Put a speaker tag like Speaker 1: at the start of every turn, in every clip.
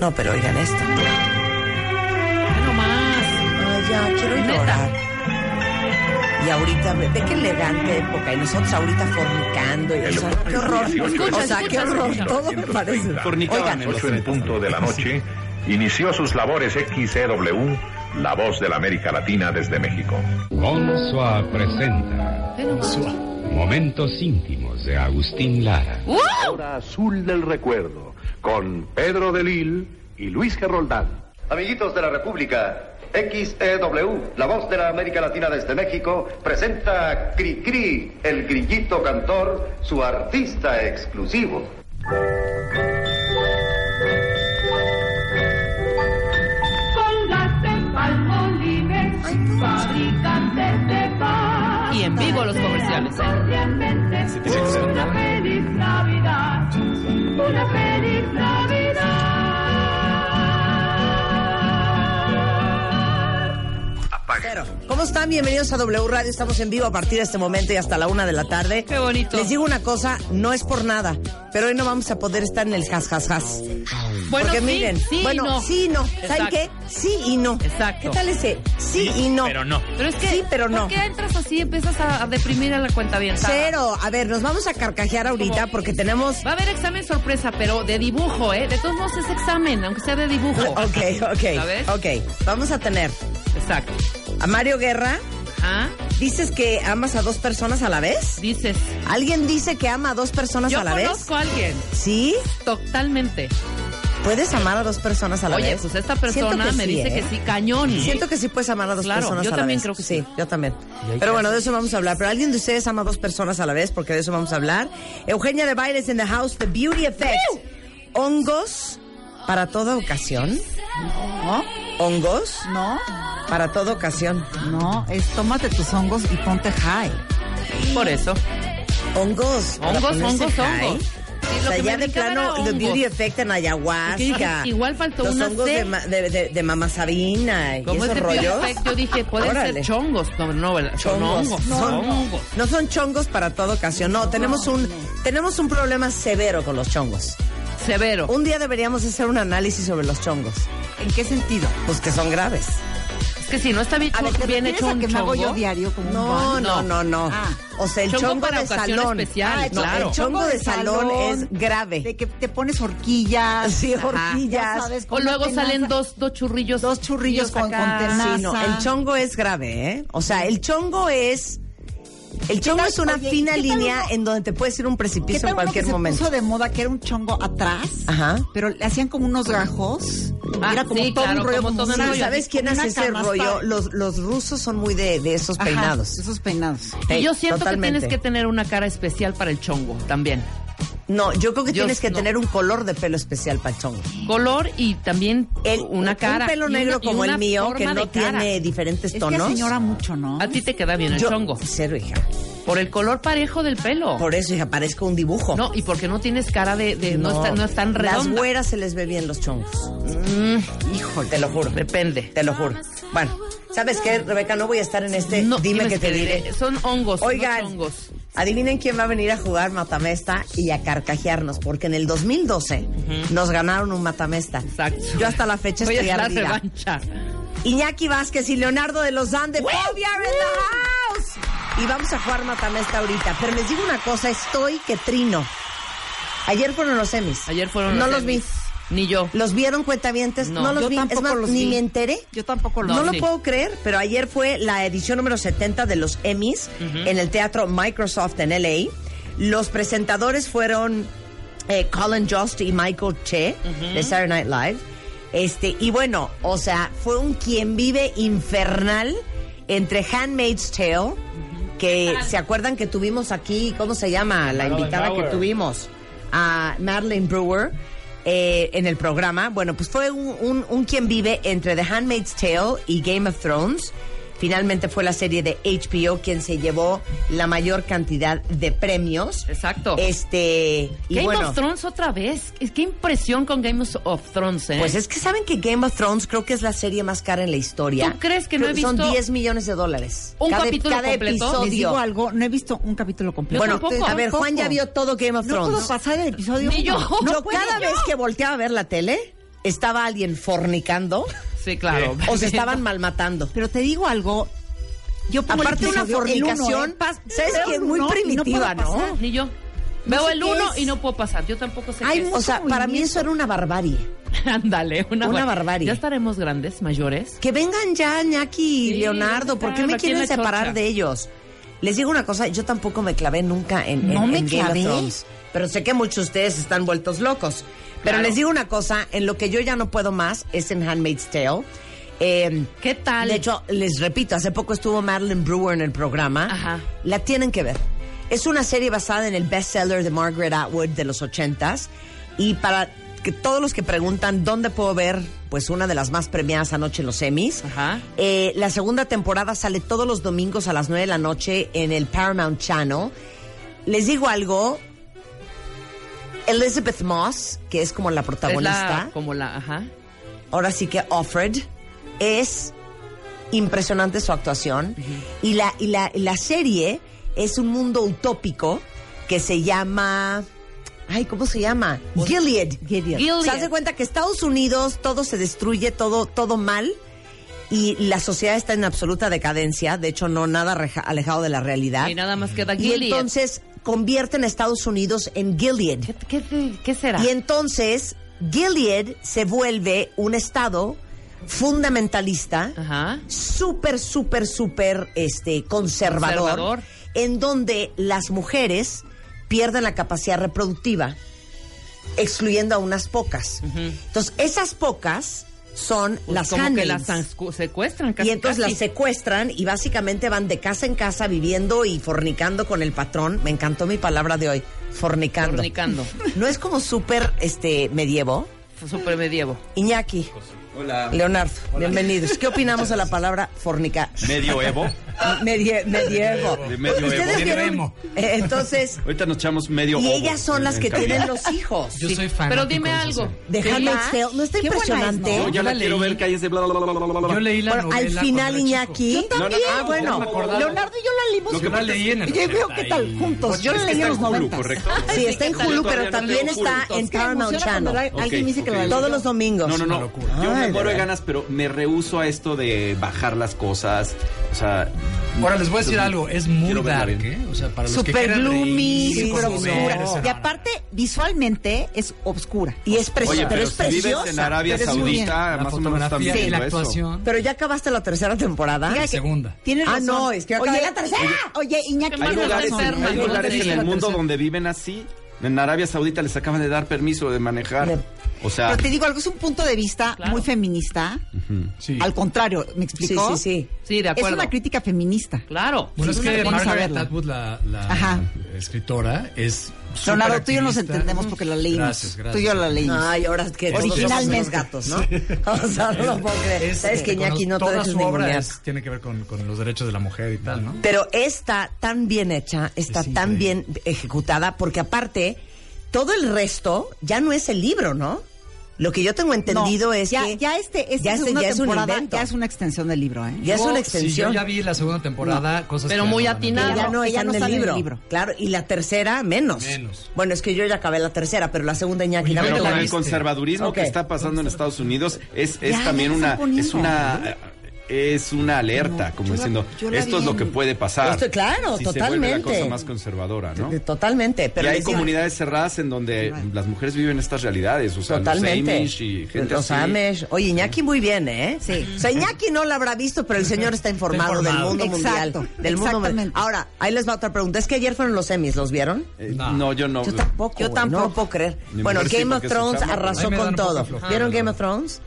Speaker 1: No, pero oigan esto.
Speaker 2: No más.
Speaker 1: Ay, ya, quiero
Speaker 2: Neta.
Speaker 1: llorar. Y ahorita, ve, ve qué elegante época. Y nosotros ahorita fornicando. Y, o sea, qué horror.
Speaker 2: Escucha,
Speaker 1: o sea, qué
Speaker 2: escucha,
Speaker 1: horror.
Speaker 2: escucha.
Speaker 1: Todo me parece.
Speaker 3: Fornicaban
Speaker 1: Oigan,
Speaker 3: en los
Speaker 4: 8 en punto de la noche, inició sus labores XCW, la voz de la América Latina desde México.
Speaker 5: Bonsoir presenta Momentos íntimos de Agustín Lara.
Speaker 4: Hora azul del recuerdo, con Pedro de Lille y Luis Geroldán.
Speaker 6: Amiguitos de la República, XEW, la voz de la América Latina desde México, presenta Cricri, el grillito cantor, su artista exclusivo.
Speaker 2: Y en vivo los comerciales. ¿eh?
Speaker 1: Pero, ¿Cómo están? Bienvenidos a W Radio. Estamos en vivo a partir de este momento y hasta la una de la tarde.
Speaker 2: Qué bonito.
Speaker 1: Les digo una cosa, no es por nada, pero hoy no vamos a poder estar en el has, has, has.
Speaker 2: Bueno,
Speaker 1: Porque
Speaker 2: sí,
Speaker 1: miren,
Speaker 2: sí y
Speaker 1: bueno,
Speaker 2: no.
Speaker 1: sí y no. ¿Saben
Speaker 2: Exacto.
Speaker 1: qué? Sí y no.
Speaker 2: Exacto.
Speaker 1: ¿Qué tal ese? Sí, y no.
Speaker 7: Pero no.
Speaker 2: Pero es que,
Speaker 1: Sí, pero no.
Speaker 2: ¿Por qué entras así y empiezas a, a deprimir a la cuenta abierta?
Speaker 1: Cero. A ver, nos vamos a carcajear ahorita porque tenemos
Speaker 2: Va a haber examen sorpresa, pero de dibujo, ¿eh? De todos modos es examen, aunque sea de dibujo.
Speaker 1: Ok, ok,
Speaker 2: ¿Sabes?
Speaker 1: ok. Vamos a tener
Speaker 2: Exacto.
Speaker 1: a Mario Guerra.
Speaker 2: Ah,
Speaker 1: ¿Dices que amas a dos personas a la vez?
Speaker 2: dices.
Speaker 1: ¿Alguien dice que ama a dos personas
Speaker 2: Yo
Speaker 1: a la
Speaker 2: conozco a alguien.
Speaker 1: vez? ¿Sí?
Speaker 2: Totalmente.
Speaker 1: ¿Puedes amar a dos personas a la
Speaker 2: Oye,
Speaker 1: vez?
Speaker 2: pues esta
Speaker 1: Siento
Speaker 2: persona
Speaker 1: que
Speaker 2: me
Speaker 1: sí,
Speaker 2: dice
Speaker 1: ¿eh?
Speaker 2: que sí, cañón.
Speaker 1: Siento que sí puedes amar a dos
Speaker 2: Claro,
Speaker 1: personas
Speaker 2: yo
Speaker 1: a la
Speaker 2: también
Speaker 1: vez.
Speaker 2: creo que sí.
Speaker 1: yo también. Pero bueno, de eso vamos a hablar. Pero alguien de ustedes ama a dos personas a la vez, porque de eso vamos a hablar. Eugenia de Bailes in the House, The Beauty Effect. Hongos para toda ocasión.
Speaker 8: No,
Speaker 1: Hongos
Speaker 8: no,
Speaker 1: para toda ocasión.
Speaker 8: no, es tómate tus hongos y ponte high.
Speaker 2: Por eso.
Speaker 1: Hongos. para
Speaker 2: Hongos,
Speaker 1: ponerse
Speaker 2: hongos,
Speaker 1: high.
Speaker 2: hongos. Sí,
Speaker 1: O
Speaker 2: lo
Speaker 1: sea,
Speaker 2: que
Speaker 1: ya
Speaker 2: me
Speaker 1: de
Speaker 2: dedicaban
Speaker 1: plano,
Speaker 2: era
Speaker 1: The
Speaker 2: hongos.
Speaker 1: Beauty Effect en
Speaker 2: Porque
Speaker 1: ayahuasca.
Speaker 2: dije, igual faltó
Speaker 1: Los
Speaker 2: una
Speaker 1: hongos
Speaker 2: C.
Speaker 1: de, ma- de, de- de mamá Sabina y
Speaker 2: Como
Speaker 1: esos
Speaker 2: es de
Speaker 1: rollos.
Speaker 2: Perfect, yo dije, pueden
Speaker 1: Órale.
Speaker 2: ser chongos. No, no, ¿verdad? son
Speaker 1: Chongos.
Speaker 2: hongos.
Speaker 1: No,
Speaker 2: son
Speaker 1: no.
Speaker 2: hongos.
Speaker 1: No son chongos para toda ocasión. No, tenemos un tenemos un problema severo con los chongos.
Speaker 2: Severo.
Speaker 1: Un día deberíamos hacer un análisis sobre los chongos,
Speaker 8: ¿En qué sentido?
Speaker 1: pues que son graves.
Speaker 2: Es que si no está bien,
Speaker 8: A ver, ¿te
Speaker 2: bien
Speaker 8: refieres
Speaker 2: hecho
Speaker 8: a
Speaker 2: un
Speaker 8: que me hago yo
Speaker 2: chongo.
Speaker 8: diario como
Speaker 1: No,
Speaker 8: un pan?
Speaker 1: no, no, no.
Speaker 8: Ah.
Speaker 1: O sea, el chongo,
Speaker 2: Chongo para
Speaker 1: de
Speaker 2: ocasión
Speaker 1: salón.
Speaker 2: especial,
Speaker 1: no,
Speaker 2: claro.
Speaker 1: El chongo de salón, es
Speaker 8: De
Speaker 1: grave.
Speaker 8: que te pones horquillas.
Speaker 1: Sí,
Speaker 8: Ajá.
Speaker 1: horquillas.
Speaker 8: Ya sabes, con
Speaker 2: O
Speaker 8: una
Speaker 2: luego
Speaker 8: tenaza.
Speaker 2: salen dos, dos churrillos.
Speaker 8: Dos churrillos con-
Speaker 2: acá.
Speaker 8: con tenaza.
Speaker 1: Sí, no, el chongo es grave, ¿eh? O sea, el chongo es el chongo es una
Speaker 8: oye, ¿y
Speaker 1: fina
Speaker 8: qué tal
Speaker 1: línea
Speaker 8: uno-
Speaker 1: en donde te puedes ir a un
Speaker 8: ¿Qué
Speaker 1: precipicio
Speaker 8: tal
Speaker 1: en
Speaker 8: uno
Speaker 1: cualquier
Speaker 8: que se
Speaker 1: momento.
Speaker 8: puso de moda que era un chongo atrás?
Speaker 1: Ajá.
Speaker 8: Pero le hacían como unos gajos.
Speaker 2: Ah,
Speaker 8: era como
Speaker 2: sí,
Speaker 8: todo
Speaker 2: claro,
Speaker 8: un rollo.
Speaker 2: como todo un
Speaker 8: una-
Speaker 2: rollo.
Speaker 1: ¿Sabes quién
Speaker 8: una
Speaker 1: hace ese
Speaker 8: canasta.
Speaker 1: rollo? Los, los rusos son muy de, de esos
Speaker 8: Ajá,
Speaker 1: peinados.
Speaker 8: Esos peinados.
Speaker 2: Y yo siento
Speaker 1: Totalmente.
Speaker 2: que tienes que tener una cara especial para el chongo también.
Speaker 1: No, yo creo que
Speaker 2: Yo
Speaker 1: tienes que
Speaker 2: no.
Speaker 1: tener un color de pelo especial para el chongo.
Speaker 2: Color y también
Speaker 1: El-
Speaker 2: una cara.
Speaker 1: Un pelo
Speaker 2: y una-
Speaker 1: negro
Speaker 2: y
Speaker 1: como el
Speaker 2: una
Speaker 1: mío, que
Speaker 2: forma
Speaker 1: no
Speaker 2: de cara.
Speaker 1: tiene diferentes
Speaker 8: Es que
Speaker 1: tonos.
Speaker 8: señora mucho, ¿no?
Speaker 2: A ti te queda bien el
Speaker 1: Yo-
Speaker 2: chongo.
Speaker 1: Cero, hija.
Speaker 2: Por el color parejo del pelo.
Speaker 1: Por eso, hija, parezco un dibujo.
Speaker 2: No, y porque no tienes cara de. de- no, está- no es tan
Speaker 1: Las
Speaker 2: redonda.
Speaker 1: güeras se les ve bien los chongos.
Speaker 2: Híjole,
Speaker 1: Te lo juro.
Speaker 2: Depende.
Speaker 1: Te lo juro. Bueno, ¿sabes qué, Rebeca? No voy a estar en este.
Speaker 2: No,
Speaker 1: dime, que te diré.
Speaker 2: Son hongos.
Speaker 1: Oigan,
Speaker 2: no chongos.
Speaker 1: adivinen quién va a venir a jugar matamesta y a carcajearnos, porque en el 2012 nos ganaron un matamesta.
Speaker 2: Exacto.
Speaker 1: Yo hasta la fecha
Speaker 2: Voy a
Speaker 1: estoy
Speaker 2: hacer la
Speaker 1: ardida.
Speaker 2: revancha.
Speaker 1: Iñaki Vázquez y Leonardo de los Andes. Fobia in the house. Y vamos a jugar matamesta ahorita. Pero les digo una cosa, estoy que trino. Ayer fueron los semis.
Speaker 2: Ayer fueron
Speaker 1: No los
Speaker 2: los
Speaker 1: vi.
Speaker 2: Emmys. Ni yo.
Speaker 1: ¿Los vieron cuentavientes? No,
Speaker 2: No,
Speaker 1: los
Speaker 8: yo
Speaker 1: vi. Es
Speaker 8: tampoco
Speaker 1: más,
Speaker 8: los
Speaker 1: ni
Speaker 8: vi.
Speaker 1: me enteré.
Speaker 8: Yo tampoco lo
Speaker 1: No,
Speaker 2: No,
Speaker 1: lo
Speaker 2: sí.
Speaker 1: puedo creer, pero ayer fue la edición número 70 de los Emmys en el teatro Microsoft en LA. Los presentadores fueron eh, Colin Jost y Michael Che de Saturday Night Live. Este, y bueno, o sea, fue un quien vive infernal entre Handmaid's Tale que se acuerdan que tuvimos aquí, ¿cómo se llama? La
Speaker 3: Madeline
Speaker 1: invitada que
Speaker 3: Brewer.
Speaker 1: tuvimos, a Madeline Brewer, eh, en el programa. Bueno, pues fue un, un- un quien vive entre The Handmaid's Tale y Game of Thrones. Finalmente fue la serie de HBO quien se llevó la mayor cantidad de premios.
Speaker 2: Exacto.
Speaker 1: Este, y
Speaker 2: Game
Speaker 1: bueno,
Speaker 2: of Thrones otra vez. Es- Qué impresión con Game of Thrones, ¿eh?
Speaker 1: pues es que saben que Game of Thrones creo que es la serie más cara en la historia.
Speaker 2: ¿Tú crees que no he
Speaker 1: Son
Speaker 2: visto
Speaker 1: 10 millones de dólares.
Speaker 2: un
Speaker 1: cada,
Speaker 2: capítulo
Speaker 1: cada
Speaker 2: completo? Les
Speaker 8: Les
Speaker 1: episodio.
Speaker 8: digo algo, no he visto un capítulo completo.
Speaker 1: Bueno,
Speaker 2: tampoco.
Speaker 1: a ver, Juan ya vio todo Game of
Speaker 8: No
Speaker 1: Thrones.
Speaker 8: puedo pasar el episodio.
Speaker 2: Ni yo.
Speaker 8: uno.
Speaker 2: No
Speaker 1: yo
Speaker 2: puedo
Speaker 1: cada
Speaker 2: yo.
Speaker 1: vez que volteaba a ver la tele, estaba alguien fornicando
Speaker 2: Sí, claro.
Speaker 1: o se estaban malmatando.
Speaker 8: Pero te digo algo. Yo pongo el
Speaker 1: Aparte una
Speaker 8: episodio, el uno,
Speaker 1: fornicación,
Speaker 8: ¿eh? Pas-
Speaker 1: ¿sabes
Speaker 8: veo
Speaker 1: que es
Speaker 8: el
Speaker 1: muy
Speaker 8: uno y no
Speaker 1: primitiva,
Speaker 8: puedo
Speaker 1: no?
Speaker 8: pasar.
Speaker 2: Ni yo.
Speaker 1: No
Speaker 2: Veo
Speaker 1: sé
Speaker 2: el
Speaker 1: qué
Speaker 2: uno
Speaker 1: es.
Speaker 2: y no puedo pasar. Yo tampoco sé
Speaker 1: Ay,
Speaker 2: qué es.
Speaker 1: o sea, para mí
Speaker 8: movimiento.
Speaker 1: eso era una barbarie.
Speaker 2: Ándale, una,
Speaker 1: Una
Speaker 2: bar-
Speaker 1: barbarie.
Speaker 2: Ya estaremos grandes, mayores.
Speaker 1: Que vengan ya Ñaki y
Speaker 2: Sí,
Speaker 1: Leonardo, ¿por qué
Speaker 2: claro,
Speaker 1: me
Speaker 2: aquí en
Speaker 1: quieren
Speaker 2: la
Speaker 1: separar
Speaker 2: chocha.
Speaker 1: de ellos? Les digo una cosa, yo tampoco me clavé nunca en, en-
Speaker 8: No
Speaker 1: en
Speaker 8: me
Speaker 1: Game of
Speaker 8: clavé.
Speaker 1: Thrones, pero sé que muchos de ustedes están vueltos locos. Pero
Speaker 2: Claro.
Speaker 1: les digo una cosa, en lo que yo ya no puedo más es en Handmaid's Tale. Eh,
Speaker 2: ¿Qué tal?
Speaker 1: De hecho, les repito, hace poco estuvo Madeline Brewer en el programa.
Speaker 2: Ajá.
Speaker 1: La tienen que ver. Es una serie basada en el bestseller de Margaret Atwood de los ochentas. Y para que todos los que preguntan dónde puedo ver, pues una de las más premiadas anoche en los Emmys.
Speaker 2: Ajá.
Speaker 1: Eh, la segunda temporada sale todos los domingos a las 9 de la noche en el Paramount Channel. Les digo algo. Elizabeth Moss, que es como la
Speaker 2: Es la-
Speaker 1: protagonista
Speaker 2: como la, ajá.
Speaker 1: ahora sí que Offred, es impresionante su actuación. Y, la, y la, y la serie es un mundo utópico que se llama... Ay, ¿cómo se llama? Gilead.
Speaker 2: Gilead.
Speaker 1: Se hace cuenta que Estados Unidos todo se destruye, todo, todo mal. Y la sociedad está en absoluta decadencia. De hecho, no nada reja- alejado de la realidad.
Speaker 2: Y nada más queda
Speaker 1: Ah. Y
Speaker 2: Gilead.
Speaker 1: entonces convierten a Estados Unidos en Gilead.
Speaker 2: ¿Qué, qué, qué será?
Speaker 1: Y entonces Gilead se vuelve un estado fundamentalista,
Speaker 2: Ajá.
Speaker 1: súper, súper, súper este, conservador,
Speaker 2: Conservador.
Speaker 1: en donde las mujeres pierden la capacidad reproductiva, excluyendo a unas pocas. Entonces, esas pocas son
Speaker 2: Pues
Speaker 1: las
Speaker 2: como que las
Speaker 1: handmaids.
Speaker 2: sanscu- secuestran casi.
Speaker 1: Y entonces
Speaker 2: casi.
Speaker 1: las secuestran y básicamente van de casa en casa viviendo y fornicando con el patrón. Me encantó mi palabra de hoy, fornicando.
Speaker 2: Fornicando.
Speaker 1: ¿No es como súper este, medievo?
Speaker 2: Fue Súper medievo.
Speaker 1: Iñaki. Hola. Leonardo, bienvenidos. ¿Qué opinamos de la palabra fornicar?
Speaker 7: Medio Evo.
Speaker 1: Medie- medievo.
Speaker 7: De medioevo.
Speaker 1: Ustedes vieron,
Speaker 9: Medioevo.
Speaker 1: Eh, entonces,
Speaker 7: Ahorita nos echamos medio
Speaker 1: y
Speaker 7: ovo
Speaker 1: ellas son
Speaker 7: en-
Speaker 1: las
Speaker 7: en
Speaker 1: que
Speaker 7: cabina.
Speaker 1: tienen los hijos.
Speaker 9: Yo soy fan.
Speaker 2: Pero dime algo.
Speaker 1: De
Speaker 2: ¿Qué
Speaker 1: Handmaid's Tale. ¿No está
Speaker 8: Qué buena es,
Speaker 1: impresionante?
Speaker 7: No, yo
Speaker 9: Yo
Speaker 7: la
Speaker 9: la
Speaker 7: quiero
Speaker 9: leí.
Speaker 7: ver calles de bla bla bla bla bla. bla.
Speaker 9: Yo leí la
Speaker 1: Bueno,
Speaker 9: novela
Speaker 1: al final,
Speaker 9: cuando era
Speaker 1: Iñaki.
Speaker 9: chico.
Speaker 7: No, no, no,
Speaker 1: ah, bueno.
Speaker 7: no me acordaba.
Speaker 1: Leonardo y yo la leímos.
Speaker 9: Yo la leí en el
Speaker 8: Yo veo que tal
Speaker 9: 80 y-
Speaker 8: juntos. Yo
Speaker 7: Es que
Speaker 8: la leí
Speaker 7: está
Speaker 8: en los
Speaker 7: en Hulu,
Speaker 8: 90.
Speaker 7: correcto.
Speaker 1: Sí, está en Hulu,
Speaker 7: Todavía
Speaker 1: pero
Speaker 7: no
Speaker 1: también
Speaker 7: tengo Hulu.
Speaker 1: está en
Speaker 8: Es que me
Speaker 1: Paramount
Speaker 8: emociona cuando
Speaker 1: Channel.
Speaker 8: la- Alguien
Speaker 7: Ok,
Speaker 8: me dice que
Speaker 7: ok.
Speaker 8: lo leyó.
Speaker 1: Todos los domingos.
Speaker 7: No, no,
Speaker 9: una
Speaker 7: no.
Speaker 9: locura.
Speaker 7: Yo
Speaker 1: Ay,
Speaker 7: me
Speaker 1: de
Speaker 7: muero de
Speaker 1: verdad.
Speaker 7: ganas, pero me rehuso a esto de bajar las cosas. O sea.
Speaker 9: Ahora les voy a decir algo, es muy
Speaker 7: Quiero verla
Speaker 9: dark,
Speaker 7: bien.
Speaker 9: ¿eh? O sea, para los que
Speaker 8: Super
Speaker 9: quieran
Speaker 8: gloomy,
Speaker 9: reír,
Speaker 8: super
Speaker 9: conocer,
Speaker 8: oscura.
Speaker 9: esa-
Speaker 8: Y aparte, visualmente es obscura.
Speaker 1: Y es
Speaker 7: Oye,
Speaker 1: precioso. Pero
Speaker 7: pero
Speaker 1: es
Speaker 7: si vives en
Speaker 1: preciosa.
Speaker 7: Arabia
Speaker 8: pero es muy bien.
Speaker 7: Saudita,
Speaker 9: la
Speaker 7: más o menos
Speaker 9: fotografía
Speaker 7: también.
Speaker 9: y la
Speaker 7: eso.
Speaker 9: actuación.
Speaker 1: Pero ya acabaste la tercera temporada.
Speaker 9: La segunda.
Speaker 8: Tienes
Speaker 1: Ah,
Speaker 8: razón.
Speaker 1: no, es que yo
Speaker 8: Oye,
Speaker 1: acabé la tercera.
Speaker 8: Oye, Iñaki,
Speaker 2: Qué
Speaker 7: Hay
Speaker 2: Bueno,
Speaker 7: lugares,
Speaker 2: está enferma,
Speaker 7: hay
Speaker 2: ¿no?
Speaker 7: lugares
Speaker 2: Sí,
Speaker 7: en el
Speaker 9: la
Speaker 7: mundo
Speaker 9: tercera.
Speaker 7: donde viven así. En Arabia Saudita les acaban de dar permiso de
Speaker 1: Me-
Speaker 7: manejar. O sea, mm.
Speaker 8: Pero te digo algo, es un punto de vista
Speaker 2: Claro.
Speaker 8: muy feminista.
Speaker 9: Sí.
Speaker 8: Al contrario, ¿me
Speaker 1: Sí,
Speaker 8: explicó?
Speaker 1: sí, sí.
Speaker 2: Sí, de acuerdo.
Speaker 8: Es una crítica feminista.
Speaker 2: Claro.
Speaker 9: Bueno, es
Speaker 8: Sí,
Speaker 9: que
Speaker 8: vamos a
Speaker 9: Margaret
Speaker 8: verla.
Speaker 9: Atwood, la, la
Speaker 8: Ajá.
Speaker 9: escritora, es
Speaker 8: Leonardo, tú y yo nos
Speaker 9: superactivista.
Speaker 8: entendemos porque la leímos.
Speaker 9: Gracias, gracias.
Speaker 8: Tú y yo la leímos.
Speaker 1: Ay, ahora que todos somos
Speaker 8: Originalmente.
Speaker 1: unos gatos, ¿no? O sea, no lo puedo creer.
Speaker 9: Es-
Speaker 1: Sabes que
Speaker 9: con
Speaker 1: Iñaki no te
Speaker 9: toda
Speaker 1: dejes
Speaker 9: su obra
Speaker 1: ningunear.
Speaker 9: es- tiene que ver con, con los derechos de la mujer y tal, ¿no?
Speaker 1: Pero está tan bien hecha, está
Speaker 9: Es
Speaker 1: tan bien
Speaker 9: increíble.
Speaker 1: ejecutada, porque aparte, todo el resto ya no es el libro, ¿no? Lo que yo tengo entendido
Speaker 8: No,
Speaker 1: es
Speaker 8: ya,
Speaker 1: que
Speaker 8: ya este, esta
Speaker 1: ya este
Speaker 8: segunda
Speaker 1: ya es un
Speaker 8: temporada
Speaker 1: invento.
Speaker 8: ya es una extensión del libro, ¿eh?
Speaker 1: Ya es
Speaker 9: Yo-
Speaker 1: una
Speaker 9: Oh, Sí, yo
Speaker 1: extensión.
Speaker 9: ya vi la segunda temporada, cosas
Speaker 2: Pero
Speaker 9: que
Speaker 2: muy
Speaker 9: no, la neta,
Speaker 2: atinado.
Speaker 1: ya no,
Speaker 8: que ya
Speaker 1: está
Speaker 8: no
Speaker 1: en
Speaker 8: sale
Speaker 1: el
Speaker 8: en el
Speaker 1: libro.
Speaker 8: libro.
Speaker 1: Claro, y la tercera menos.
Speaker 9: Menos.
Speaker 1: Bueno, es que yo ya acabé la tercera, pero la segunda Iñaki
Speaker 9: Oye,
Speaker 1: también
Speaker 7: Pero
Speaker 1: la
Speaker 7: con el
Speaker 1: viste.
Speaker 7: conservadurismo
Speaker 1: Ok.
Speaker 7: que está pasando en Estados Unidos es, es
Speaker 8: Ya,
Speaker 7: también
Speaker 8: ya se
Speaker 7: una
Speaker 8: está poniendo,
Speaker 7: es una es una alerta,
Speaker 8: No,
Speaker 7: como
Speaker 8: yo la-
Speaker 7: diciendo,
Speaker 8: yo la
Speaker 7: esto
Speaker 8: vi
Speaker 7: es lo
Speaker 8: en-
Speaker 7: que puede pasar.
Speaker 1: Esto, claro,
Speaker 7: si Se vuelve
Speaker 1: totalmente.
Speaker 7: la cosa más conservadora, ¿no?
Speaker 1: Eh, Totalmente. Pero
Speaker 7: y hay
Speaker 1: les digo-
Speaker 7: comunidades cerradas en donde las mujeres viven estas realidades, o sea,
Speaker 1: Totalmente.
Speaker 7: los Amish y gente
Speaker 1: Los
Speaker 7: así.
Speaker 1: Amish. Oye, Iñaki muy bien, ¿eh?
Speaker 8: Sí.
Speaker 1: O sea, Iñaki no la habrá visto, pero el señor está informado,
Speaker 9: Está
Speaker 1: del
Speaker 9: informado.
Speaker 1: mundo
Speaker 8: Exacto,
Speaker 1: mundial. Del mundo
Speaker 8: exactamente.
Speaker 1: mundial. Ahora, ahí les va otra pregunta. Es que ayer fueron los Emmys, ¿los vieron?
Speaker 7: Eh, no. yo no.
Speaker 1: Yo tampoco. Ah. Yo
Speaker 7: güey,
Speaker 1: tampoco
Speaker 7: no.
Speaker 1: puedo creer.
Speaker 7: Mi
Speaker 1: bueno,
Speaker 7: mujer sí,
Speaker 1: Game of
Speaker 7: porque su
Speaker 1: Thrones
Speaker 7: chamba-
Speaker 9: Ay,
Speaker 1: arrasó
Speaker 9: me dan
Speaker 1: con
Speaker 9: un poco
Speaker 1: todo.
Speaker 9: de flojera,
Speaker 1: ¿Vieron
Speaker 9: la
Speaker 1: Game of
Speaker 9: verdad.
Speaker 1: Thrones?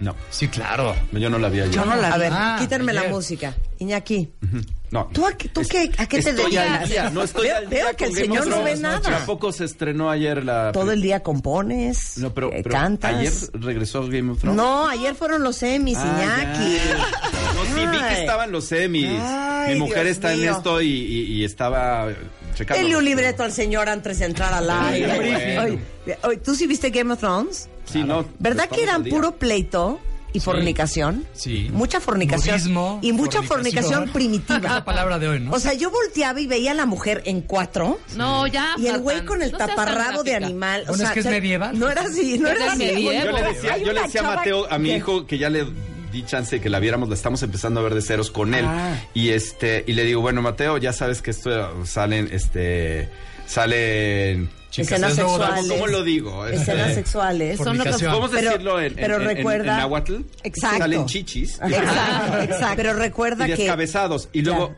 Speaker 7: No,
Speaker 9: Sí, claro.
Speaker 7: yo no la vi ayer.
Speaker 8: Yo no la
Speaker 1: A
Speaker 8: vi.
Speaker 1: ver,
Speaker 9: Ah,
Speaker 1: quítenme la
Speaker 9: ayer.
Speaker 1: música. Iñaki,
Speaker 7: No.
Speaker 1: ¿Tú a qué- tú qué- a qué te
Speaker 7: estoy al
Speaker 1: dedicas?
Speaker 7: día, no estoy
Speaker 1: Veo-
Speaker 7: al
Speaker 1: veo
Speaker 7: día
Speaker 1: que el
Speaker 7: con Game
Speaker 1: señor
Speaker 7: of
Speaker 1: no
Speaker 7: Thrones.
Speaker 1: ve nada.
Speaker 7: Tampoco se estrenó ayer la...
Speaker 1: todo el día compones,
Speaker 7: No, pero,
Speaker 1: eh,
Speaker 7: pero
Speaker 1: cantas.
Speaker 7: ayer regresó Game of Thrones.
Speaker 1: No, ayer fueron los Emmys,
Speaker 7: Ah,
Speaker 1: Iñaki.
Speaker 7: ya. No, sí, vi que
Speaker 1: Ay.
Speaker 7: estaban los semis.
Speaker 1: Ay,
Speaker 7: Mi mujer
Speaker 1: Dios
Speaker 7: está
Speaker 1: mío.
Speaker 7: en esto y, y- y estaba checando.
Speaker 1: Dele un libreto al señor antes de entrar al aire.
Speaker 7: bueno.
Speaker 1: Oye, oye, ¿Tú sí viste Game of Thrones?
Speaker 7: Sí, no.
Speaker 1: ¿Verdad
Speaker 7: estamos
Speaker 9: Pues,
Speaker 1: que eran
Speaker 7: al día.
Speaker 1: puro pleito y fornicación?
Speaker 9: Sí.
Speaker 1: Mucha fornicación.
Speaker 9: Nudismo,
Speaker 1: y mucha fornicación, primitiva.
Speaker 9: Es Ah, la palabra de hoy, ¿no?
Speaker 1: O sea, yo volteaba y veía a la mujer en cuatro.
Speaker 2: No, ya.
Speaker 1: Y el
Speaker 2: Fatan,
Speaker 1: güey con el
Speaker 2: Ah, no seas tan
Speaker 1: taparrabo de
Speaker 2: gráfica.
Speaker 1: animal. o
Speaker 9: Bueno,
Speaker 1: sea,
Speaker 9: es que es
Speaker 1: ya-
Speaker 9: medieval.
Speaker 1: No era así, no
Speaker 2: Es
Speaker 1: era
Speaker 2: del
Speaker 1: así.
Speaker 2: medievo.
Speaker 7: Yo le decía,
Speaker 1: Hay
Speaker 7: yo le
Speaker 1: una
Speaker 7: decía a
Speaker 1: chava
Speaker 7: Mateo, a mi
Speaker 1: que-
Speaker 7: hijo, que ya le di chance de que la viéramos, la estamos empezando a ver de ceros con él.
Speaker 1: Ah.
Speaker 7: Y este, y le digo, bueno, Mateo, ya sabes que esto salen, este, salen.
Speaker 9: Chicas,
Speaker 1: escenas
Speaker 9: es luego de-
Speaker 1: sexuales.
Speaker 7: ¿Cómo lo digo? Este,
Speaker 1: Escenas sexuales.
Speaker 9: Son lo que- Fornicación.
Speaker 7: ¿Cómo
Speaker 1: Pero-
Speaker 7: decirlo en, en-
Speaker 1: pero
Speaker 7: en- en-
Speaker 1: recuerda-
Speaker 7: en náhuatl?
Speaker 1: Exacto.
Speaker 7: Salen chichis.
Speaker 1: Exacto, exacto. Pero recuerda
Speaker 7: y
Speaker 1: que.
Speaker 7: descabezados. Y luego,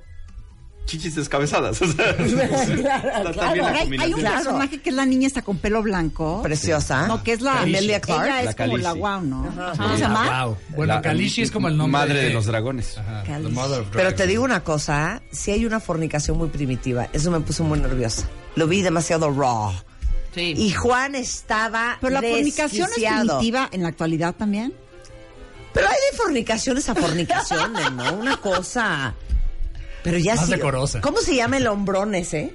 Speaker 7: chichis descabezadas. O sea, está también la
Speaker 8: Hay, hay un
Speaker 7: combinación.
Speaker 1: Claro.
Speaker 8: personaje que es la niña esta con pelo blanco.
Speaker 1: Preciosa.
Speaker 8: No, que es la
Speaker 1: Calicia.
Speaker 8: Amelia Clark.
Speaker 1: Ella es
Speaker 8: Ella es
Speaker 7: La
Speaker 8: como la
Speaker 7: Khaleesi.
Speaker 8: guau, ¿no? ¿Cómo
Speaker 9: Ah,
Speaker 8: se llama?
Speaker 9: wow. Bueno,
Speaker 7: La-
Speaker 9: Kalishi es como el nombre.
Speaker 7: Madre de los dragones.
Speaker 9: Ajá, the
Speaker 1: Khaleesi.
Speaker 9: mother of Ah,
Speaker 1: Pero te
Speaker 9: dragons.
Speaker 1: digo una cosa, si hay una fornicación muy primitiva, eso me puso muy nerviosa. Lo vi demasiado raw.
Speaker 2: Sí.
Speaker 1: Y Juan estaba
Speaker 8: Pero la fornicación es
Speaker 1: desquiciado.
Speaker 8: primitiva en la actualidad también.
Speaker 1: Pero hay de fornicaciones a fornicaciones, ¿no? Una cosa. Pero ya
Speaker 9: Más
Speaker 1: sí.
Speaker 9: decorosa.
Speaker 1: ¿Cómo se llama el hombrón ese?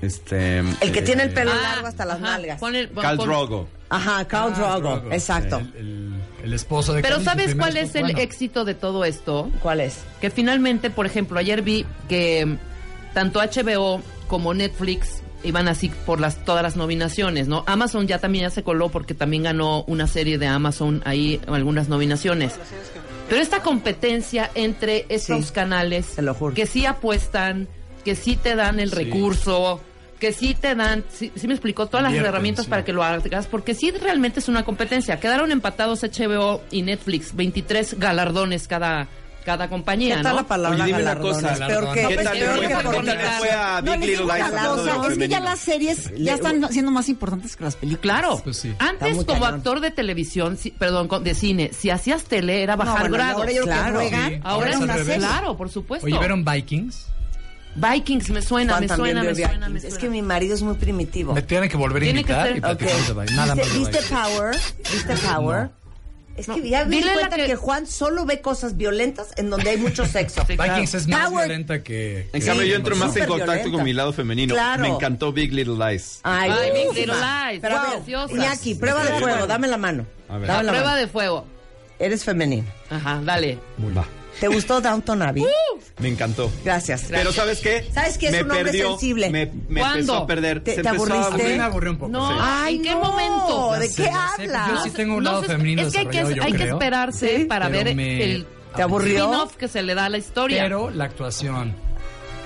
Speaker 7: Este,
Speaker 1: El que
Speaker 7: eh,
Speaker 1: tiene el pelo
Speaker 2: Ah,
Speaker 1: largo hasta las
Speaker 2: ajá,
Speaker 1: nalgas.
Speaker 2: pon el- pon-
Speaker 7: Khal
Speaker 2: pon-
Speaker 7: Drogo.
Speaker 1: Ajá, Khal
Speaker 9: Ah,
Speaker 1: Drogo.
Speaker 9: Drogo.
Speaker 1: Exacto.
Speaker 9: El, Eh, el- el esposo de
Speaker 2: Pero
Speaker 9: Khaleesi,
Speaker 2: ¿sabes
Speaker 9: primer
Speaker 2: cuál es
Speaker 9: esposo?
Speaker 2: el
Speaker 9: Bueno,
Speaker 2: éxito de todo esto?
Speaker 1: ¿Cuál es?
Speaker 2: Que finalmente, por ejemplo, ayer vi que mm, tanto HBO como Netflix iban así por las todas las nominaciones, ¿no? Amazon ya también ya se coló porque también ganó una serie de Amazon ahí algunas nominaciones. Pero esta competencia entre estos
Speaker 1: Sí,
Speaker 2: canales
Speaker 1: te lo juro.
Speaker 2: que sí apuestan, que sí te dan el recurso, que sí te dan, sí, sí me explicó todas las
Speaker 9: Invierten,
Speaker 2: herramientas
Speaker 9: sí.
Speaker 2: para que lo hagas, porque sí realmente es una competencia. Quedaron empatados HBO y Netflix, 23 galardones cada cada
Speaker 1: ¿Qué
Speaker 2: compañía,
Speaker 1: tal
Speaker 2: ¿no?
Speaker 1: la palabra
Speaker 7: Oye, dime una
Speaker 1: galardones?
Speaker 7: cosa,
Speaker 1: Peor que,
Speaker 9: galardones.
Speaker 7: ¿Qué
Speaker 1: pues,
Speaker 7: tal le
Speaker 1: peor
Speaker 7: fue-
Speaker 1: que
Speaker 7: qué tal le
Speaker 1: fornicación.
Speaker 7: fue a
Speaker 8: No,
Speaker 7: Big
Speaker 8: les
Speaker 7: Little
Speaker 8: digo
Speaker 7: Lies
Speaker 8: una
Speaker 7: hablando de
Speaker 8: cosa, es que ya
Speaker 7: femenino?
Speaker 8: las series ya están siendo más importantes que las películas.
Speaker 2: Claro.
Speaker 9: Pues sí.
Speaker 1: Está
Speaker 2: Antes,
Speaker 1: muy
Speaker 2: como
Speaker 1: cañón.
Speaker 2: actor de televisión, si- perdón, con- de cine, si hacías tele era
Speaker 8: No,
Speaker 2: bajar
Speaker 8: bueno,
Speaker 2: grados.
Speaker 8: ahora yo creo que
Speaker 1: Claro.
Speaker 8: ruegan.
Speaker 9: Sí.
Speaker 2: Ahora
Speaker 9: es
Speaker 2: es
Speaker 9: al
Speaker 2: una
Speaker 9: revés.
Speaker 2: serie. Claro, por supuesto.
Speaker 9: Oye, ¿vieron Vikings?
Speaker 2: Vikings me suena,
Speaker 1: Juan
Speaker 2: me
Speaker 1: también
Speaker 2: suena, me
Speaker 1: vio
Speaker 2: suena,
Speaker 1: Vikings.
Speaker 2: me
Speaker 1: Es
Speaker 2: suena.
Speaker 1: que mi marido es muy primitivo.
Speaker 9: Me tienen que volver a
Speaker 2: Tiene que
Speaker 9: invitar
Speaker 2: ser-
Speaker 9: y
Speaker 1: Ok.
Speaker 9: platicamos de Vikings. Nada más
Speaker 1: ¿Viste,
Speaker 9: de
Speaker 1: ¿viste
Speaker 9: Vikings.
Speaker 1: Power? ¿Viste Power? Es que ya me di
Speaker 2: Dile la
Speaker 1: cuenta que...
Speaker 2: que-
Speaker 1: Juan solo ve cosas violentas en donde hay mucho sexo.
Speaker 2: Sí, claro.
Speaker 9: Vikings es más
Speaker 1: Power.
Speaker 9: violenta que...
Speaker 7: En
Speaker 1: Sí,
Speaker 7: cambio, yo entro
Speaker 1: no,
Speaker 7: más en
Speaker 1: súper
Speaker 7: contacto
Speaker 1: violenta.
Speaker 7: con mi lado femenino.
Speaker 1: Claro. Ah,
Speaker 7: Me encantó Big Little Lies.
Speaker 1: Ay,
Speaker 2: Ay, Big
Speaker 1: buenísima.
Speaker 2: Little Lies,
Speaker 1: Pero a ver,
Speaker 2: preciosas.
Speaker 1: Iñaki, prueba de fuego, dame la mano.
Speaker 7: A ver.
Speaker 1: Dame la
Speaker 2: Prueba
Speaker 1: mano.
Speaker 2: de fuego.
Speaker 1: Eres femenino.
Speaker 2: Ajá, dale.
Speaker 7: Va.
Speaker 1: ¿Te gustó Downton Abbey?
Speaker 2: Uh.
Speaker 7: Me encantó.
Speaker 1: Gracias.
Speaker 7: Pero ¿sabes qué?
Speaker 1: ¿Sabes qué? Es
Speaker 7: me
Speaker 1: un hombre
Speaker 7: perdió,
Speaker 1: sensible.
Speaker 7: Me, me
Speaker 2: ¿Cuándo?
Speaker 7: empezó a perder.
Speaker 1: ¿Te-
Speaker 7: Se
Speaker 1: te
Speaker 7: empezó a
Speaker 9: A mí
Speaker 1: aburriste?
Speaker 7: aburrir.
Speaker 9: me aburrió un poco.
Speaker 2: No,
Speaker 9: sí.
Speaker 1: Ay,
Speaker 2: ¿en qué
Speaker 1: no,
Speaker 2: momento?
Speaker 1: ¿De
Speaker 9: Ya
Speaker 1: qué
Speaker 9: sé, ya sé, pero
Speaker 1: hablas?
Speaker 9: Yo sí tengo un
Speaker 2: No
Speaker 9: lado
Speaker 2: se-
Speaker 9: femenino
Speaker 2: Es que hay que,
Speaker 9: desarrollado, yo
Speaker 2: hay que
Speaker 9: creo,
Speaker 2: esperarse para
Speaker 9: pero
Speaker 2: ver
Speaker 9: me
Speaker 2: el
Speaker 1: ¿Te aburrió?
Speaker 2: spin-off que se le da a la historia.
Speaker 9: Pero la actuación,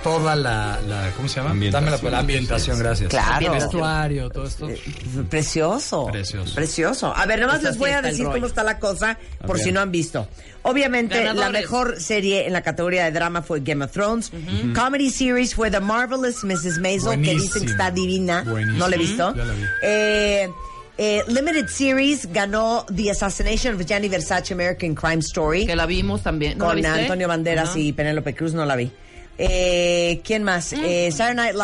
Speaker 9: toda la... la- ¿Cómo se llama?
Speaker 7: Ambientación.
Speaker 9: Dame la, la ambientación, gracias.
Speaker 1: Claro.
Speaker 9: El vestuario, todo esto.
Speaker 1: Eh, Precioso.
Speaker 9: Precioso.
Speaker 1: Precioso. A ver, nomás
Speaker 2: Pues
Speaker 1: les
Speaker 2: así
Speaker 1: voy a
Speaker 2: está el
Speaker 1: decir cómo
Speaker 2: rollo.
Speaker 1: está la cosa, por
Speaker 7: ver.
Speaker 1: si no han visto. Obviamente, la
Speaker 2: Ganadores.
Speaker 1: mejor serie en la categoría de drama fue Game of Thrones. Comedy series fue The Marvelous Mrs. Maisel, que dicen que
Speaker 9: Buenísimo.
Speaker 1: está divina.
Speaker 9: Buenísimo.
Speaker 1: ¿No la he visto?
Speaker 9: Ujú. Ya la vi.
Speaker 1: Eh, eh, limited Series ganó The Assassination of Gianni Versace American Crime Story
Speaker 2: Que la vimos también. ¿No la
Speaker 1: con
Speaker 2: viste?
Speaker 1: Antonio Banderas
Speaker 2: Ajá. Ah.
Speaker 1: y Penélope Cruz, no la vi. Eh, ¿Quién más? Eh, Saturday Night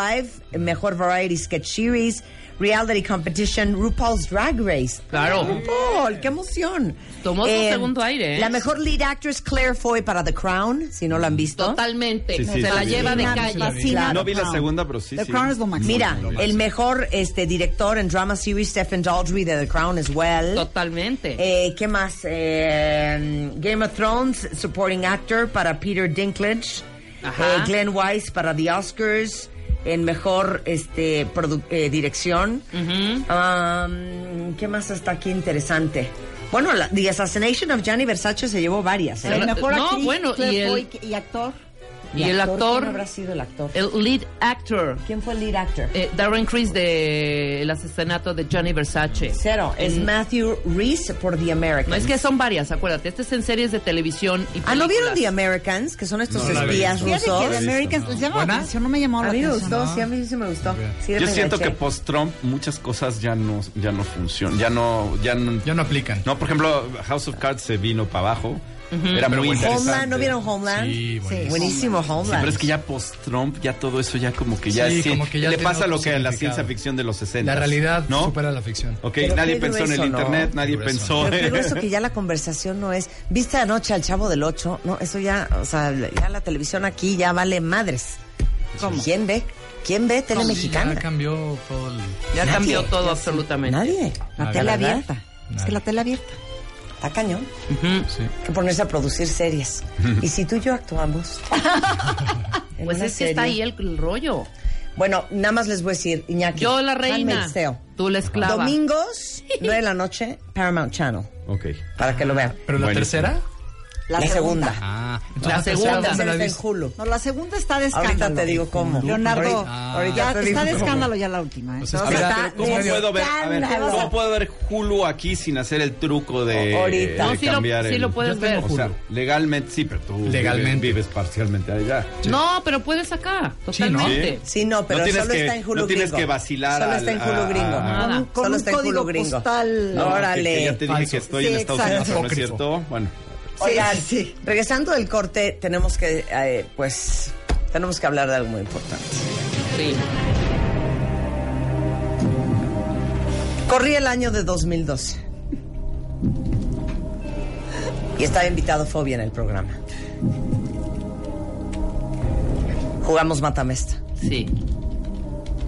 Speaker 1: Live, Mejor Variety Sketch Series, Reality Competition, RuPaul's Drag Race.
Speaker 2: Claro.
Speaker 1: RuPaul, qué emoción.
Speaker 2: Tomó su segundo aire, ¿eh?
Speaker 1: La mejor lead actress Claire Foy para The Crown, si no la han visto.
Speaker 2: Totalmente.
Speaker 7: Sí, sí,
Speaker 2: se la
Speaker 7: sí,
Speaker 2: lleva
Speaker 7: sí,
Speaker 2: de
Speaker 7: sí,
Speaker 2: calle.
Speaker 1: Ah,
Speaker 8: Fascina
Speaker 7: No
Speaker 8: The
Speaker 7: vi la
Speaker 8: Crown.
Speaker 7: segunda, pero sí.
Speaker 8: The
Speaker 7: sí.
Speaker 8: Crown es lo máximo.
Speaker 1: Mira,
Speaker 7: Muy bueno.
Speaker 1: el mejor este director en drama series, Stephen Daldry de The Crown as well.
Speaker 2: Totalmente.
Speaker 1: Eh, ¿Qué más? Eh, Game of Thrones, Supporting Actor para Peter Dinklage.
Speaker 2: Ajá.
Speaker 1: Eh, Glenn Weiss para The Oscars. En mejor este, produ- eh, dirección. Um, ¿Qué más está aquí interesante? Bueno, la- The Assassination of Gianni Versace se llevó varias. ¿eh?
Speaker 8: La mejor
Speaker 2: No,
Speaker 8: actriz,
Speaker 2: bueno, y
Speaker 8: Claire
Speaker 2: el-
Speaker 8: Foy, que- y actor.
Speaker 2: y el actor,
Speaker 1: ¿Quién habrá sido el actor?
Speaker 2: el lead actor,
Speaker 1: ¿Quién fue el lead actor?
Speaker 2: eh, Darren Criss de El asesinato de Johnny Versace.
Speaker 1: Cero. Es
Speaker 2: En-
Speaker 1: Matthew Reese por The Americans.
Speaker 2: No, es que son varias, acuérdate. Este es en series de televisión y
Speaker 1: Ah, ¿no vieron The
Speaker 2: películas.
Speaker 1: Americans? Que son estos
Speaker 9: No la vi.
Speaker 1: espías
Speaker 9: Fíjate
Speaker 8: Fíjate
Speaker 1: rusos.
Speaker 8: que The Americans les llama la
Speaker 9: ¿Buena?
Speaker 8: atención, no me llamó la
Speaker 1: A mí me
Speaker 8: atención.
Speaker 1: gustó,
Speaker 9: ¿no?
Speaker 1: sí, a mí sí me gustó. Sí,
Speaker 7: Yo
Speaker 1: me
Speaker 7: siento que
Speaker 1: enganché.
Speaker 7: post-Trump muchas cosas ya no, ya no funcionan. Ya no, ya no.
Speaker 9: Ya no aplican.
Speaker 7: No, por ejemplo, House of Cards se vino para abajo. Era
Speaker 9: Pero
Speaker 7: muy
Speaker 9: bueno.
Speaker 7: interesante.
Speaker 1: Homeland, ¿no vieron Homeland?
Speaker 9: Sí, buenísimo.
Speaker 1: Buenísimo Homeland.
Speaker 7: Sí, pero es que ya post-Trump, ya todo eso ya como que ya,
Speaker 9: Sí,
Speaker 7: es cien-
Speaker 9: como que ya
Speaker 7: le
Speaker 9: tiene
Speaker 7: pasa
Speaker 9: otro
Speaker 7: lo que a la
Speaker 9: significado.
Speaker 7: ciencia ficción de los 60.
Speaker 9: La realidad
Speaker 7: ¿no?
Speaker 9: supera la ficción.
Speaker 7: Ok,
Speaker 1: Pero
Speaker 7: nadie
Speaker 1: qué
Speaker 7: pensó en el
Speaker 1: grueso, ¿no?
Speaker 7: internet, nadie
Speaker 9: Qué grueso.
Speaker 7: pensó.
Speaker 1: Pero creo eso que ya la conversación no es. ¿Viste anoche al chavo del 8? No, eso ya, o sea, ya la televisión aquí ya vale madres.
Speaker 8: ¿Cómo?
Speaker 1: ¿Quién ve? ¿Quién ve tele
Speaker 9: Sí, Ya
Speaker 1: mexicana?
Speaker 9: cambió todo el...
Speaker 2: Ya
Speaker 1: Nadie,
Speaker 2: cambió todo
Speaker 1: ya
Speaker 2: absolutamente.
Speaker 1: Nadie.
Speaker 8: La
Speaker 9: Ah,
Speaker 8: tele
Speaker 9: ¿verdad?
Speaker 8: abierta. Es que la tele abierta.
Speaker 1: Está cañón.
Speaker 2: Ujú.
Speaker 9: Sí.
Speaker 1: Que ponerse a producir series. y si tú y yo actuamos. En
Speaker 2: Pues
Speaker 1: una
Speaker 2: es que está ahí
Speaker 1: serie.
Speaker 2: el, el rollo.
Speaker 1: Bueno, nada más les voy a decir, Iñaki.
Speaker 2: Yo la reina.
Speaker 1: Handmaid's Tale.
Speaker 2: Tú la esclava.
Speaker 1: Domingos, 9 de la noche, Paramount Channel.
Speaker 7: Ok.
Speaker 1: Para que lo vean.
Speaker 9: Pero la
Speaker 7: Bueno.
Speaker 9: tercera...
Speaker 1: La, segunda.
Speaker 9: Ah, entonces
Speaker 2: La
Speaker 9: tercera
Speaker 2: segunda.
Speaker 1: La
Speaker 9: no
Speaker 1: tercera
Speaker 9: la
Speaker 1: está en
Speaker 9: viste.
Speaker 1: Hulu.
Speaker 8: No, la segunda está de
Speaker 1: Ahorita
Speaker 8: escándalo.
Speaker 1: te digo cómo.
Speaker 8: Leonardo,
Speaker 1: Ahorita-
Speaker 8: ya
Speaker 1: ahorita te digo
Speaker 8: está de
Speaker 1: cómo.
Speaker 8: escándalo ya la última. ¿eh?
Speaker 9: Entonces,
Speaker 1: No,
Speaker 7: A ver,
Speaker 1: está
Speaker 7: pero ¿cómo
Speaker 1: de
Speaker 7: puedo ver, a ver,
Speaker 1: escándalo.
Speaker 7: ¿cómo puedo ver Hulu aquí sin hacer el truco de
Speaker 1: O- ahorita.
Speaker 7: de
Speaker 2: No, sí lo-
Speaker 7: cambiar
Speaker 2: sí
Speaker 7: el-
Speaker 2: lo puedes
Speaker 9: Yo tengo
Speaker 2: ver.
Speaker 7: O sea,
Speaker 9: Hulu.
Speaker 7: legalmente, sí, pero tú
Speaker 9: Legalmente.
Speaker 7: vives, vives parcialmente allá.
Speaker 2: No, pero puedes acá,
Speaker 9: Sí, ¿no?
Speaker 2: totalmente.
Speaker 1: Sí, no, pero
Speaker 7: No tienes
Speaker 1: solo
Speaker 7: que-
Speaker 1: está en Hulu
Speaker 7: no tienes
Speaker 1: gringo.
Speaker 7: que vacilar
Speaker 1: Solo
Speaker 7: al-
Speaker 1: está en
Speaker 7: a-
Speaker 1: Hulu gringo.
Speaker 2: a-
Speaker 8: Con un-
Speaker 2: Nada.
Speaker 8: con
Speaker 1: Solo
Speaker 8: un
Speaker 1: está en
Speaker 8: código
Speaker 1: Hulu gringo.
Speaker 8: postal.
Speaker 7: No,
Speaker 1: Órale.
Speaker 7: que- que ya te dije
Speaker 9: Falso.
Speaker 7: que estoy
Speaker 8: Sí,
Speaker 7: en Estados Unidos,
Speaker 8: exacto.
Speaker 7: pero no es
Speaker 9: Apócrifo.
Speaker 7: cierto. Bueno,
Speaker 1: Oigan, regresando del corte, tenemos que, eh, pues, tenemos que hablar de algo muy importante.
Speaker 2: Sí.
Speaker 1: Corrí el año de 2012. Y estaba invitado Fobia en el programa. Jugamos Matamesta.
Speaker 2: Sí.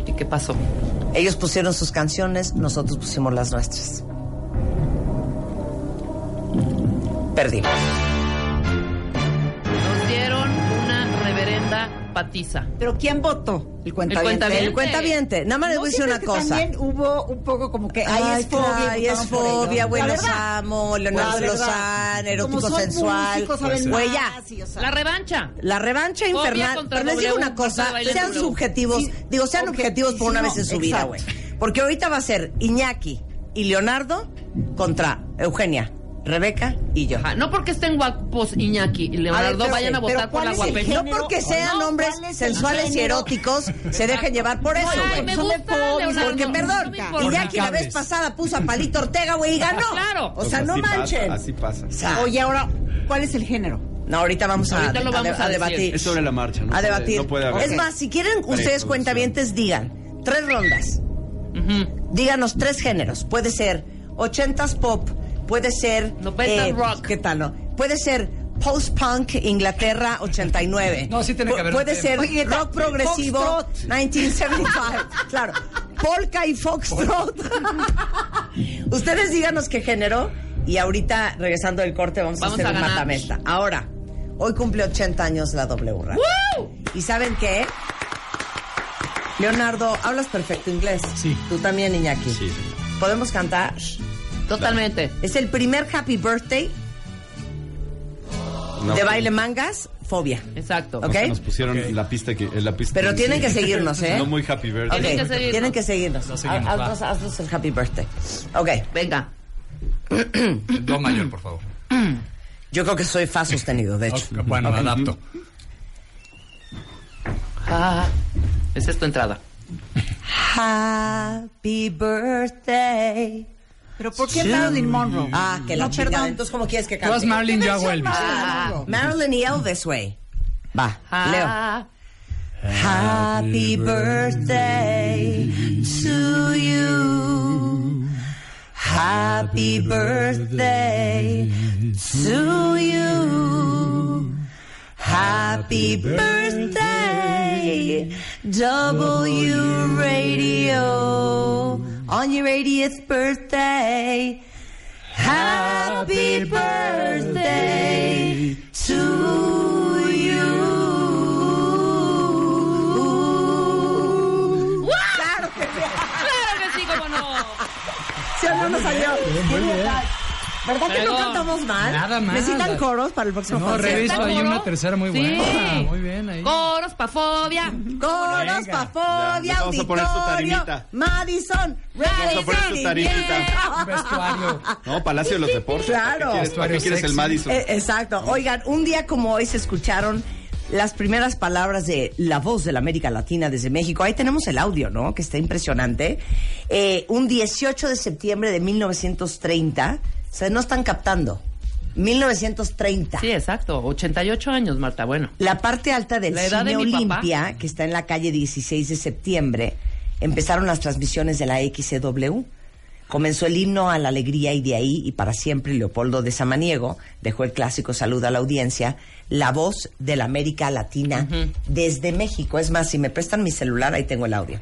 Speaker 2: ¿Y qué pasó?
Speaker 1: Ellos pusieron sus canciones, nosotros pusimos las nuestras. Perdimos.
Speaker 2: Nos dieron una reverenda patiza.
Speaker 8: Pero ¿quién votó? El cuentaviente.
Speaker 2: cuentaviente.
Speaker 1: El cuentaviente, nada más les voy a decir
Speaker 8: sientes
Speaker 1: una
Speaker 8: que
Speaker 1: cosa.
Speaker 8: También hubo un poco como que ahí
Speaker 1: Ay,
Speaker 8: es fobia.
Speaker 1: ay, es fobia, güey, los amo, Leonardo
Speaker 8: La verdad.
Speaker 1: Lozán,
Speaker 8: Como
Speaker 1: erótico
Speaker 8: son
Speaker 1: sensual. pues,
Speaker 8: músicos, saben
Speaker 1: Güey,
Speaker 8: más,
Speaker 1: ya.
Speaker 8: sí, o sea.
Speaker 2: La revancha.
Speaker 1: La revancha
Speaker 2: Fobia
Speaker 1: infernal.
Speaker 2: contra
Speaker 1: Pero les digo
Speaker 2: W,
Speaker 1: una cosa,
Speaker 2: contra Bailando
Speaker 1: sean
Speaker 2: W.
Speaker 1: subjetivos,
Speaker 8: Sí,
Speaker 1: digo, sean objetivos por una vez en su
Speaker 8: objetísimo,
Speaker 1: vida, güey.
Speaker 8: exacto.
Speaker 1: Porque ahorita va a ser Iñaki y Leonardo contra Eugenia, Rebeca y yo.
Speaker 2: Ajá, No porque estén guapos Iñaki y
Speaker 1: A ver,
Speaker 2: Leonardo
Speaker 1: espérate,
Speaker 2: vayan a
Speaker 1: pero
Speaker 2: votar por
Speaker 8: ¿cuál
Speaker 2: la
Speaker 8: es el
Speaker 2: guapeta.
Speaker 1: No
Speaker 8: género?
Speaker 1: porque sean
Speaker 8: No,
Speaker 1: hombres
Speaker 8: ¿cuál es el
Speaker 1: sensuales y
Speaker 8: género?
Speaker 1: eróticos, se dejen llevar por eso,
Speaker 8: Ay,
Speaker 1: güey.
Speaker 8: me
Speaker 1: Son
Speaker 8: gusta,
Speaker 1: de pobres,
Speaker 2: Leonardo,
Speaker 1: Porque,
Speaker 2: no
Speaker 1: perdón,
Speaker 2: me importa.
Speaker 1: Iñaki la vez
Speaker 9: Fornicables.
Speaker 1: pasada puso a Palito Ortega, güey, y ganó.
Speaker 2: Claro.
Speaker 1: O sea,
Speaker 7: pues
Speaker 1: no
Speaker 7: así pasa,
Speaker 1: manchen.
Speaker 7: así pasa.
Speaker 1: O sea,
Speaker 8: Oye, ahora, ¿cuál es el género?
Speaker 1: No, ahorita vamos a,
Speaker 2: Ahorita lo
Speaker 1: a
Speaker 2: vamos
Speaker 1: de-
Speaker 2: a
Speaker 1: a debatir.
Speaker 2: decir.
Speaker 7: Es sobre la marcha, ¿no?
Speaker 1: A
Speaker 7: puede-
Speaker 1: debatir.
Speaker 7: No puede haber.
Speaker 1: Es más, si quieren ustedes
Speaker 7: Preproducción.
Speaker 1: cuentavientes, digan tres rondas.
Speaker 2: Ujú.
Speaker 1: Díganos tres géneros. Puede ser 80s pop, puede ser eh,
Speaker 2: 90s rock.
Speaker 1: ¿Qué tal, no? Puede ser post punk Inglaterra 89.
Speaker 9: No, sí tiene que
Speaker 1: Pu-
Speaker 9: haber un
Speaker 1: Puede
Speaker 9: tema.
Speaker 1: ser
Speaker 8: Oye, ta-
Speaker 1: rock progresivo
Speaker 8: Foxtrot.
Speaker 1: 1975. claro. Polka y Foxtrot. ustedes díganos qué género y ahorita regresando del corte vamos,
Speaker 2: Vamos
Speaker 1: a
Speaker 2: a
Speaker 1: hacer un
Speaker 2: ganar.
Speaker 1: matamesta. Ahora, hoy cumple 80 años la W Radio.
Speaker 2: ¡Woo!
Speaker 1: ¿Y saben qué? Leonardo, hablas perfecto inglés.
Speaker 9: Sí.
Speaker 1: Tú también, Iñaki.
Speaker 7: Sí, señor.
Speaker 1: ¿Podemos cantar?
Speaker 2: Totalmente.
Speaker 1: Es el primer Happy Birthday
Speaker 7: No, pues,
Speaker 1: de
Speaker 7: no,
Speaker 1: baile mangas, fobia.
Speaker 2: Exacto.
Speaker 7: no,
Speaker 1: Ok.
Speaker 7: que Nos pusieron la pista que eh, la pista.
Speaker 1: ¿Eh? Pero tienen que seguirnos, ¿eh?
Speaker 7: No muy happy
Speaker 1: Ok,
Speaker 7: birthday.
Speaker 2: Tienen que seguirnos.
Speaker 1: Tienen que seguirnos.
Speaker 9: Nos seguimos,
Speaker 1: Ha-
Speaker 9: va.
Speaker 1: haznos, haznos el Happy Birthday. Ok,
Speaker 2: Venga.
Speaker 9: Do mayor, por favor.
Speaker 1: yo creo que soy fa sostenido, de hecho.
Speaker 9: Ok, Bueno, me adapto.
Speaker 2: Ah, esa es tu entrada.
Speaker 1: Happy Birthday.
Speaker 8: ¿Pero por qué Marilyn Monroe?
Speaker 9: Mm.
Speaker 1: Ah, que la
Speaker 8: No,
Speaker 1: chingada.
Speaker 8: perdón.
Speaker 1: Entonces, ¿cómo quieres que
Speaker 9: Tú vas
Speaker 1: cante?
Speaker 9: Marlene, yo hago
Speaker 8: Versión
Speaker 9: Elvis.
Speaker 8: Marilyn Monroe.
Speaker 1: Marilyn y Elvis, güey. Va, Leo.
Speaker 2: Ah,
Speaker 1: Happy birthday to you. Happy birthday to you. Happy birthday, W Radio. On your 80th birthday. Happy birthday to you. Claro que sí.
Speaker 2: Claro que sí, cómo no.
Speaker 1: Sí, no nos salió. ¿Verdad que no
Speaker 2: Pero-
Speaker 1: cantamos mal?
Speaker 9: Nada mal.
Speaker 1: Necesitan coros para el próximo
Speaker 9: No,
Speaker 1: concierto.
Speaker 9: reviso ahí
Speaker 2: ¿Seguro?
Speaker 9: una tercera muy
Speaker 2: Sí.
Speaker 9: buena. Muy bien ahí.
Speaker 2: Coros, pa' fobia.
Speaker 1: Coros,
Speaker 9: Venga.
Speaker 1: pafobia,
Speaker 7: Ya, les vamos a poner su
Speaker 1: auditorio,
Speaker 7: tarimita.
Speaker 1: Madison,
Speaker 7: Vamos a poner su
Speaker 1: Madison,
Speaker 7: tarimita.
Speaker 9: Un vestuario.
Speaker 7: No, Palacio de los Deportes.
Speaker 1: Claro.
Speaker 7: ¿Para qué quieres, para qué quieres el
Speaker 9: Sexy.
Speaker 7: Madison?
Speaker 1: Eh, exacto. Oigan, un día como hoy se escucharon las primeras palabras de la voz de la América Latina desde México. Ahí tenemos el audio, ¿no? Que está impresionante. Eh, un 18 de septiembre de 1930. Se no están captando. 1930.
Speaker 2: Sí, exacto. 88 años, Marta. Bueno.
Speaker 1: La parte alta del
Speaker 2: La edad
Speaker 1: Cine
Speaker 2: de mi papá.
Speaker 1: Olimpia, que está en la calle 16 de septiembre, empezaron las transmisiones de la XCW. Comenzó el himno a la alegría y de ahí y para siempre Leopoldo de Samaniego dejó el clásico saludo a la audiencia, la voz de la América Latina desde México. Es más, si me prestan mi celular, ahí tengo el audio.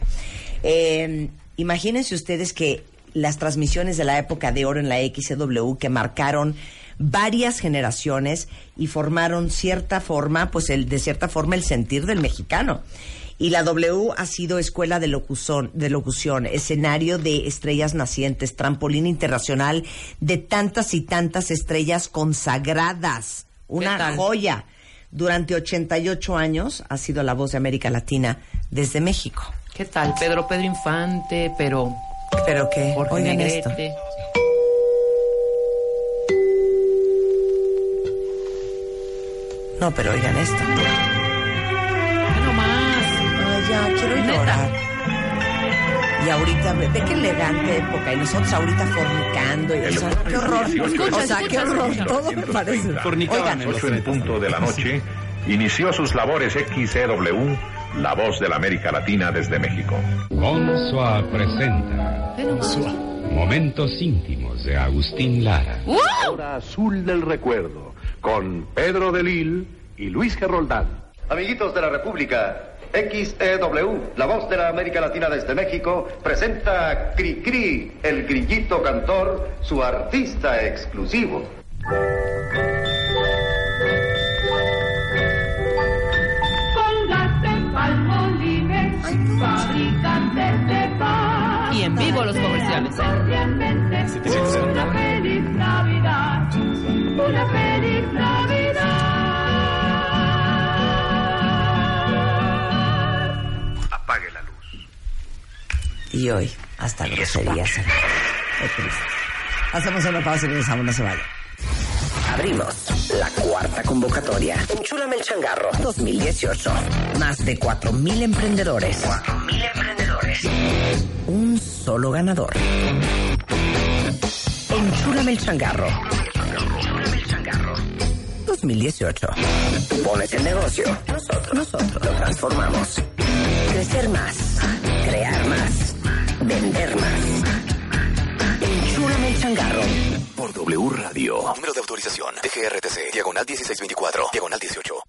Speaker 1: Eh, imagínense ustedes que las transmisiones de la época de oro en la XCW que marcaron varias generaciones y formaron cierta forma, pues el, de cierta forma el sentir del mexicano. Y la W ha sido escuela de locución, de locución, escenario de estrellas nacientes, trampolín internacional de tantas y tantas estrellas consagradas. Una
Speaker 2: tal?
Speaker 1: joya. Durante 88 años ha sido la voz de América Latina desde México.
Speaker 2: ¿Qué tal? Pedro, Pedro Infante, pero
Speaker 1: Pero que,
Speaker 2: Jorge
Speaker 1: oigan esto.
Speaker 2: Negrete.
Speaker 1: No, pero oigan esto.
Speaker 2: Ah, no más.
Speaker 1: Ay, ya, quiero
Speaker 2: Neta.
Speaker 1: llorar. Y ahorita, ve, ve qué elegante época. Y nosotros ahorita fornicando. Y, o sea, qué horror. O sea, qué horror. Todo me parece.
Speaker 7: Fornicaban en los
Speaker 4: 8 en
Speaker 7: ochentas.
Speaker 4: punto de la noche, inició sus labores XCW, la voz de la América Latina desde México.
Speaker 5: Bonsoir presenta Momentos íntimos de Agustín Lara.
Speaker 6: Hora azul del recuerdo, con Pedro de Lil y Luis Geroldán. Amiguitos de la República, XEW, la voz de la América Latina desde México, presenta Cricri, el grillito cantor, su artista exclusivo.
Speaker 2: Y en vivo los comerciales. ¿eh?
Speaker 6: Apague la luz.
Speaker 1: Y hoy, hasta groserías. Qué triste. Hacemos una pausa y regresamos, no se vaya. Abrimos la cuarta convocatoria. Enchúlame el changarro 2018. Más de 4.000 emprendedores. 4.000 emprendedores. Un solo ganador. Enchúlame el changarro. 2018. Tú pones el negocio. Nosotros, nosotros lo transformamos. Crecer más. Crear más. Vender más. Enchúlame el changarro.
Speaker 3: Por W Radio. Número de autorización. TGRTC. Diagonal 1624. Diagonal 18.